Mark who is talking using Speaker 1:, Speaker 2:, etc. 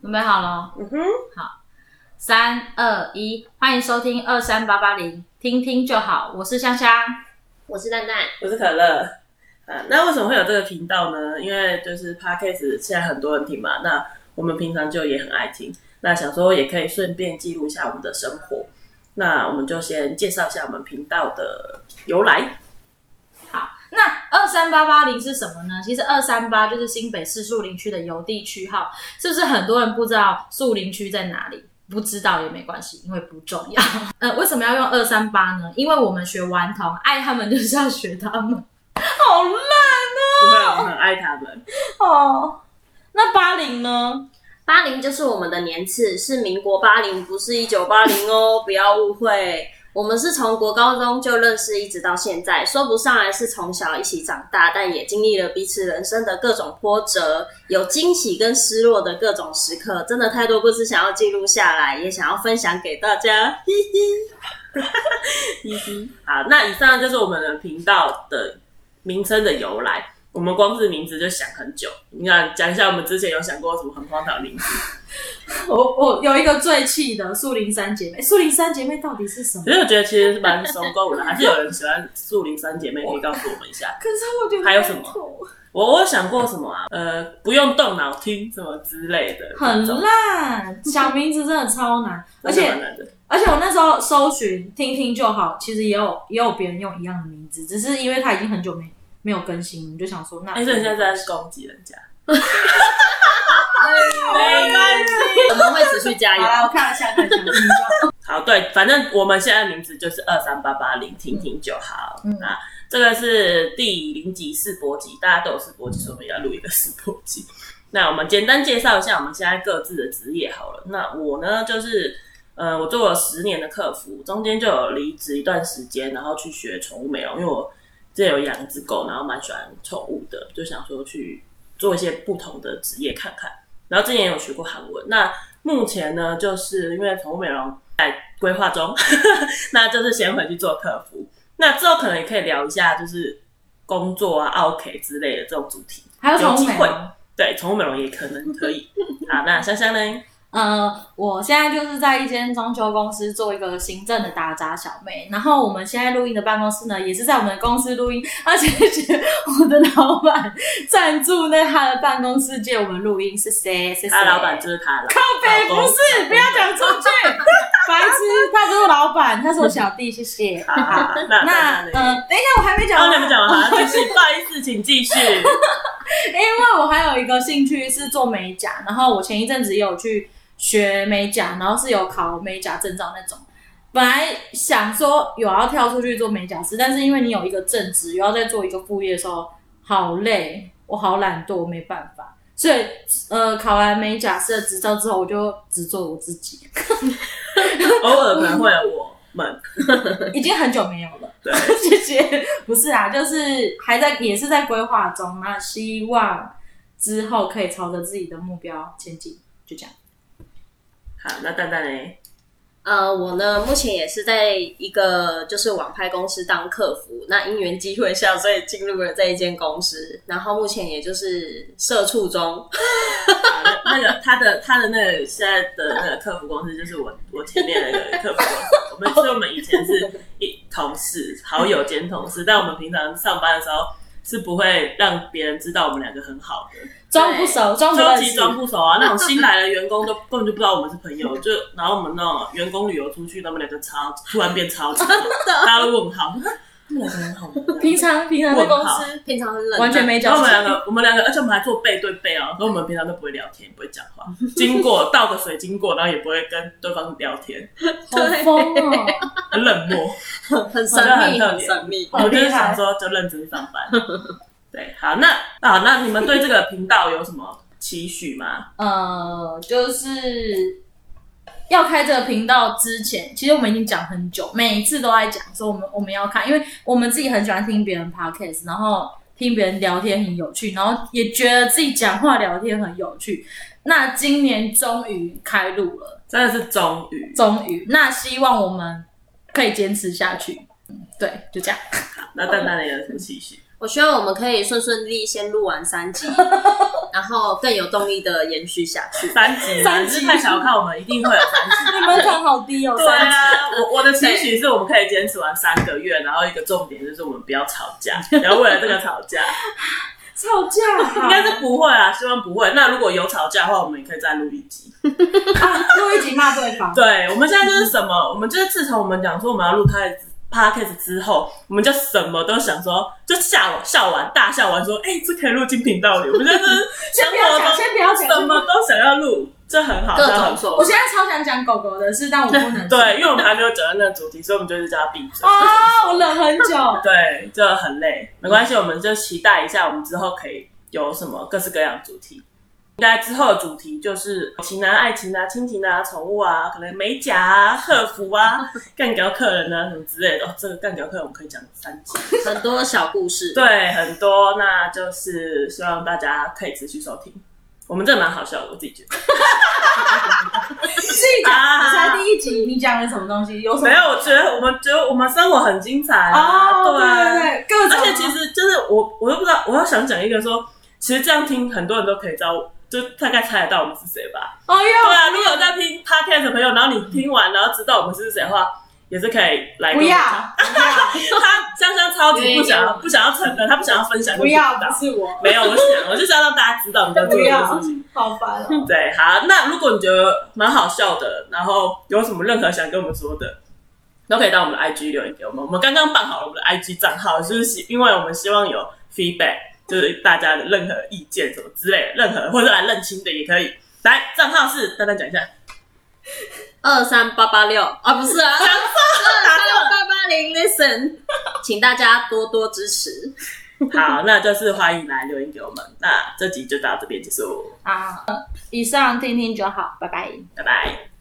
Speaker 1: 准备好了？
Speaker 2: 嗯哼，
Speaker 1: 三二一，欢迎收听二三八八零，听听就好。我是香香，
Speaker 3: 我是蛋蛋，
Speaker 2: 我是可乐。啊，那为什么会有这个频道呢？因为就是 podcast 现在很多人听嘛，那我们平常就也很爱听，那想说也可以顺便记录一下我们的生活。那我们就先介绍一下我们频道的由来。
Speaker 1: 好，那二三八八零是什么呢？其实二三八就是新北市树林区的邮地区号，是不是很多人不知道树林区在哪里？不知道也没关系，因为不重要。 呃，为什么要用二三八呢？因为我们学顽童，爱他们就是要学他们， 好烂
Speaker 2: 不会，我很爱他们。
Speaker 1: 哦。那八零呢？
Speaker 3: 八零就是我们的年次，是民国八零，不是一九八零哦，不要误会。我们是从国高中就认识，一直到现在，说不上来是从小一起长大，但也经历了彼此人生的各种波折，有惊喜跟失落的各种时刻，真的太多故事想要记录下来，也想要分享给大家。
Speaker 2: 嘻嘻。好，那以上就是我们的频道的名称的由来。我们光是名字就想很久。你看，讲一下我们之前有想过什么很荒唐的名字？
Speaker 1: 我我有一个最气的树林三姐妹，树林三姐妹到底是什么
Speaker 2: 可？是我觉得其实是蛮收购的，还是有人喜欢树林三姐妹，可以告诉我们一下。
Speaker 1: 可是我觉得
Speaker 2: 还有什么我我有想过什么啊？呃，不用动脑听什么之类的，
Speaker 1: 很
Speaker 2: 这种
Speaker 1: 烂，想名字真的超难，而
Speaker 2: 真的
Speaker 1: 且
Speaker 2: 蛮难的
Speaker 1: 而且我那时候搜寻听听就好，其实也有也有别人用一样的名字，只是因为他已经很久没没有更新，你就想说那
Speaker 2: 哎，所以你现在是在攻击人家。没关系。
Speaker 3: 我们会持续加
Speaker 1: 好
Speaker 3: 油。
Speaker 1: 啦，我看了一下，看了一下，听听就好
Speaker 2: 好，对，反正我们现在名字就是二三八八零，听听就好。
Speaker 1: 嗯
Speaker 2: 那这个是第零集试播集，大家都有试播集，所以我们也要录一个试播集。 那我们简单介绍一下我们现在各自的职业好了。那我呢，就是呃，我做了十年的客服，中间就有离职一段时间，然后去学宠物美容，因为我之前有养一只狗，然后蛮喜欢宠物的，就想说去做一些不同的职业看看。然后之前有学过韩文，那目前呢，就是因为宠物美容在规划中，那就是先回去做客服。那之后可能也可以聊一下，就是工作啊、OK 之类的这种主题。
Speaker 1: 啊还有哦宠物美
Speaker 2: 有机会
Speaker 1: 容。
Speaker 2: 对，宠物美容也可能可以。好，那香香呢？
Speaker 1: 呃，我现在就是在一间装修公司做一个行政的打杂小妹，然后我们现在录音的办公室呢，也是在我们的公司录音，而且是我的老板赞助那他的办公室借我们录音，是谁？是谁？
Speaker 2: 他老板就是他老
Speaker 1: 靠 北不
Speaker 2: 老公
Speaker 1: 是，不要讲出去，白痴，他不是老板，他是我小弟，谢 谢。
Speaker 2: 好好好那
Speaker 1: 那
Speaker 2: 那
Speaker 1: 呃，等一
Speaker 2: 那
Speaker 1: 下我还没讲
Speaker 2: 哦，
Speaker 1: 完，
Speaker 2: 你们讲完好，继续，不好意思，请继续。
Speaker 1: 因为我还有一个兴趣是做美甲，然后我前一阵子也有去学美甲，然后是有考美甲证照那种。本来想说有要跳出去做美甲师，但是因为你有一个正职，又要再做一个副业的时候，好累，我好懒惰，我没办法。所以，呃，考完美甲师的执照之后，我就只做我自己，
Speaker 2: 偶尔可能会有我们，
Speaker 1: 已经很久没有了。
Speaker 2: 对，
Speaker 1: 谢谢。不是啊，就是还在也是在规划中，那希望之后可以朝着自己的目标前进，就这样。
Speaker 2: 好，那蛋蛋呢？
Speaker 3: 呃，我呢，目前也是在一个就是网拍公司当客服，那因缘机会下，所以进入了这一间公司，然后目前也就是社畜中，
Speaker 2: 好那那个他的他的那个现在的那个客服公司，就是我我前面那个客服公司，我们所以我们以前是一同事，好友兼同事，但我们平常上班的时候是不会让别人知道我们两个很好的，
Speaker 1: 装不熟，装不
Speaker 2: 超
Speaker 1: 认
Speaker 2: 级
Speaker 1: 识，
Speaker 2: 装不熟啊，那种新来的员工都根本就不知道我们是朋友，就然后我们那种员工旅游出去，他们两个超突然变超级好，大家都问好， 他们两个很好吗，
Speaker 1: 平常平常在公
Speaker 2: 问
Speaker 1: 司
Speaker 3: 平常很冷，
Speaker 1: 完全没
Speaker 2: 然
Speaker 1: 交
Speaker 2: 后我们两
Speaker 1: 集。
Speaker 2: 个，我们两个，而且我们还做背对背哦，所以我们平常都不会聊天，不会讲话。经 过倒个水经过，然后也不会跟对方聊天，
Speaker 1: 好疯哦！
Speaker 2: 很冷 漠。
Speaker 3: 很神秘，很神秘。
Speaker 2: 我们就是想说，就认真上班。对，好，那啊，那你们对这个频道有什么期许吗？
Speaker 1: 呃，就是要开这个频道之前，其实我们已经讲很久，每一次都在讲说我们我们要看，因为我们自己很喜欢听别人 podcast，然后听别人聊天很有趣，然后也觉得自己讲话聊天很有趣。那今年终于开录了，
Speaker 2: 真的是终于，
Speaker 1: 终于，那希望我们可以坚持下去。嗯对，就这样。
Speaker 2: 那蛋蛋你有什么期许？
Speaker 3: 我我希望我们可以顺顺利利先录完三 集，然后更有动力的延续下去。
Speaker 2: 三级，
Speaker 1: 三
Speaker 2: 三
Speaker 1: 级
Speaker 2: 级太小看我们，一定会有三级。
Speaker 1: 你门槛好低哦，
Speaker 2: 对
Speaker 1: 三级
Speaker 2: 啊，我我的期许是我们可以坚持完三个月，然后一个重点就是我们不要吵架，不要为了这个吵架，
Speaker 1: 吵架，
Speaker 2: 应该是不会啊，希望不会。那如果有吵架的话，我们也可以再录一集。
Speaker 1: 啊，录一集骂对方，
Speaker 2: 对，我们现在就是什么？我们就是自从我们讲说我们要录开 podcast 之后，我们就什么都想说，就笑笑完大笑完说，哎、这可以录进频道里。我们就是
Speaker 1: 先不要
Speaker 2: 生活
Speaker 1: 讲，
Speaker 2: 中
Speaker 1: 先不要讲，
Speaker 2: 什么都想要录，这很好，
Speaker 3: 各
Speaker 2: 这很
Speaker 3: 种
Speaker 2: 好。
Speaker 3: 说
Speaker 1: 我现在超想讲狗狗的事，但我不 能。
Speaker 2: 对，因为我们还没有讲到那个主题，所以我们就是叫他闭嘴。
Speaker 1: 啊，我忍很久。
Speaker 2: 对，就很累，没关系，我们就期待一下，我们之后可以有什么各式各样的主题。应该之后的主题就是友情啊、爱情啊、亲情啊、宠物啊，可能美甲啊、客 服啊、干掉客人啊什么之类的。哦，这个干掉客人我们可以讲三集，
Speaker 3: 很多小故事。
Speaker 2: 对，很多，那就是希望大家可以持续收听。我们这蛮好笑的，我自己觉 得。
Speaker 1: 自己讲，你才第一集，你讲了什么东西？有什么？
Speaker 2: 啊没有，我觉得我们觉得我们生活很精彩啊，
Speaker 1: 哦，
Speaker 2: 啊
Speaker 1: 对对对，各种。
Speaker 2: 而且其实就是我，我都不知道，我要想讲一个说，其实这样听很多人都可以知道，就大概猜得到我们是谁吧。
Speaker 1: 哎呦，
Speaker 2: 对啊，如果有在听 podcast 的朋友，然后你听完然后知道我们是谁的话，也是可以来跟
Speaker 1: 不
Speaker 2: 我们
Speaker 1: 要
Speaker 2: 讲。他香香超级不想要
Speaker 3: 不要
Speaker 2: 不想要承认，他不想要分享，
Speaker 1: 不要，
Speaker 2: 就
Speaker 1: 不
Speaker 2: 知道
Speaker 1: 是我，
Speaker 2: 没有，我想我就是要让大家知道我们在做
Speaker 1: 不
Speaker 2: 这
Speaker 1: 要
Speaker 2: 个事情。，
Speaker 1: 好烦哦。
Speaker 2: 对，好，那如果你觉得蛮好笑的，然后有什么任何想跟我们说的，都可以到我们的 IG 留言给我们。我们刚刚办好了我们的 IG 账号，就是希因为我们希望有 feedback，就是大家的任何意见什么之类的，任何或者来认亲的也可以。来，账号是丹丹讲一下，
Speaker 3: 二三八八六啊，不是 啊，二
Speaker 2: 打错
Speaker 3: 三
Speaker 2: 了
Speaker 3: 八八零，listen，请大家多多支持。
Speaker 2: 好，那就是欢迎来留言给我们。那这集就到这边结束，
Speaker 1: 啊，以上听听就好，拜拜。
Speaker 2: 拜拜。